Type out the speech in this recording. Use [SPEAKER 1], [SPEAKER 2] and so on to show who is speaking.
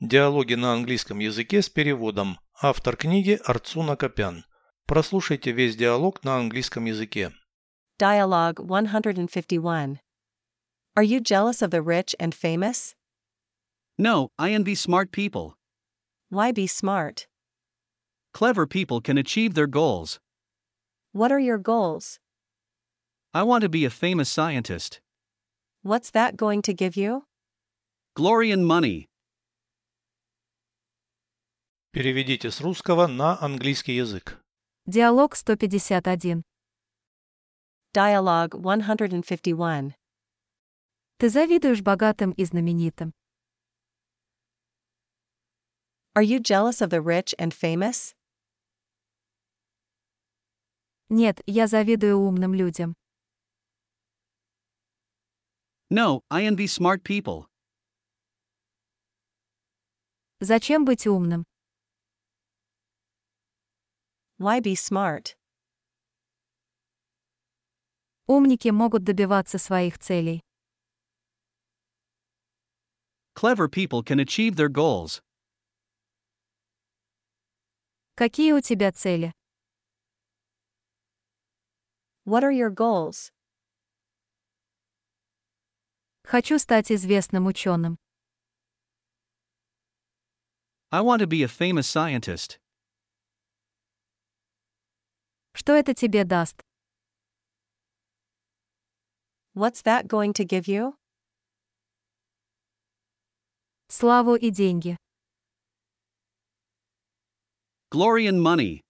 [SPEAKER 1] Диалоги на английском языке с переводом. Автор книги Арцуна Копян. Прослушайте весь диалог на английском языке.
[SPEAKER 2] Dialogue 151. Are you jealous of the rich and famous?
[SPEAKER 3] No, I envy smart people.
[SPEAKER 2] Why be smart?
[SPEAKER 3] Clever people can achieve their goals.
[SPEAKER 2] What are your goals?
[SPEAKER 3] I want to be a famous scientist.
[SPEAKER 2] What's that going to give you?
[SPEAKER 3] Glory and money.
[SPEAKER 1] Переведите с русского на английский язык.
[SPEAKER 4] Диалог 151.
[SPEAKER 2] Dialogue 151.
[SPEAKER 4] Ты завидуешь богатым и знаменитым.
[SPEAKER 2] Are you jealous of the rich and famous?
[SPEAKER 4] Нет, я завидую умным людям.
[SPEAKER 3] No, I envy smart people.
[SPEAKER 4] Зачем быть умным?
[SPEAKER 2] Why be smart?
[SPEAKER 4] Умники могут добиваться своих целей.
[SPEAKER 3] Clever people can achieve their goals.
[SPEAKER 4] Какие у тебя цели?
[SPEAKER 2] What are your goals?
[SPEAKER 4] Хочу стать известным ученым.
[SPEAKER 3] I want to be a famous scientist.
[SPEAKER 4] Что это тебе даст?
[SPEAKER 2] What's that going to give you?
[SPEAKER 4] Славу и деньги.
[SPEAKER 3] Glory and money.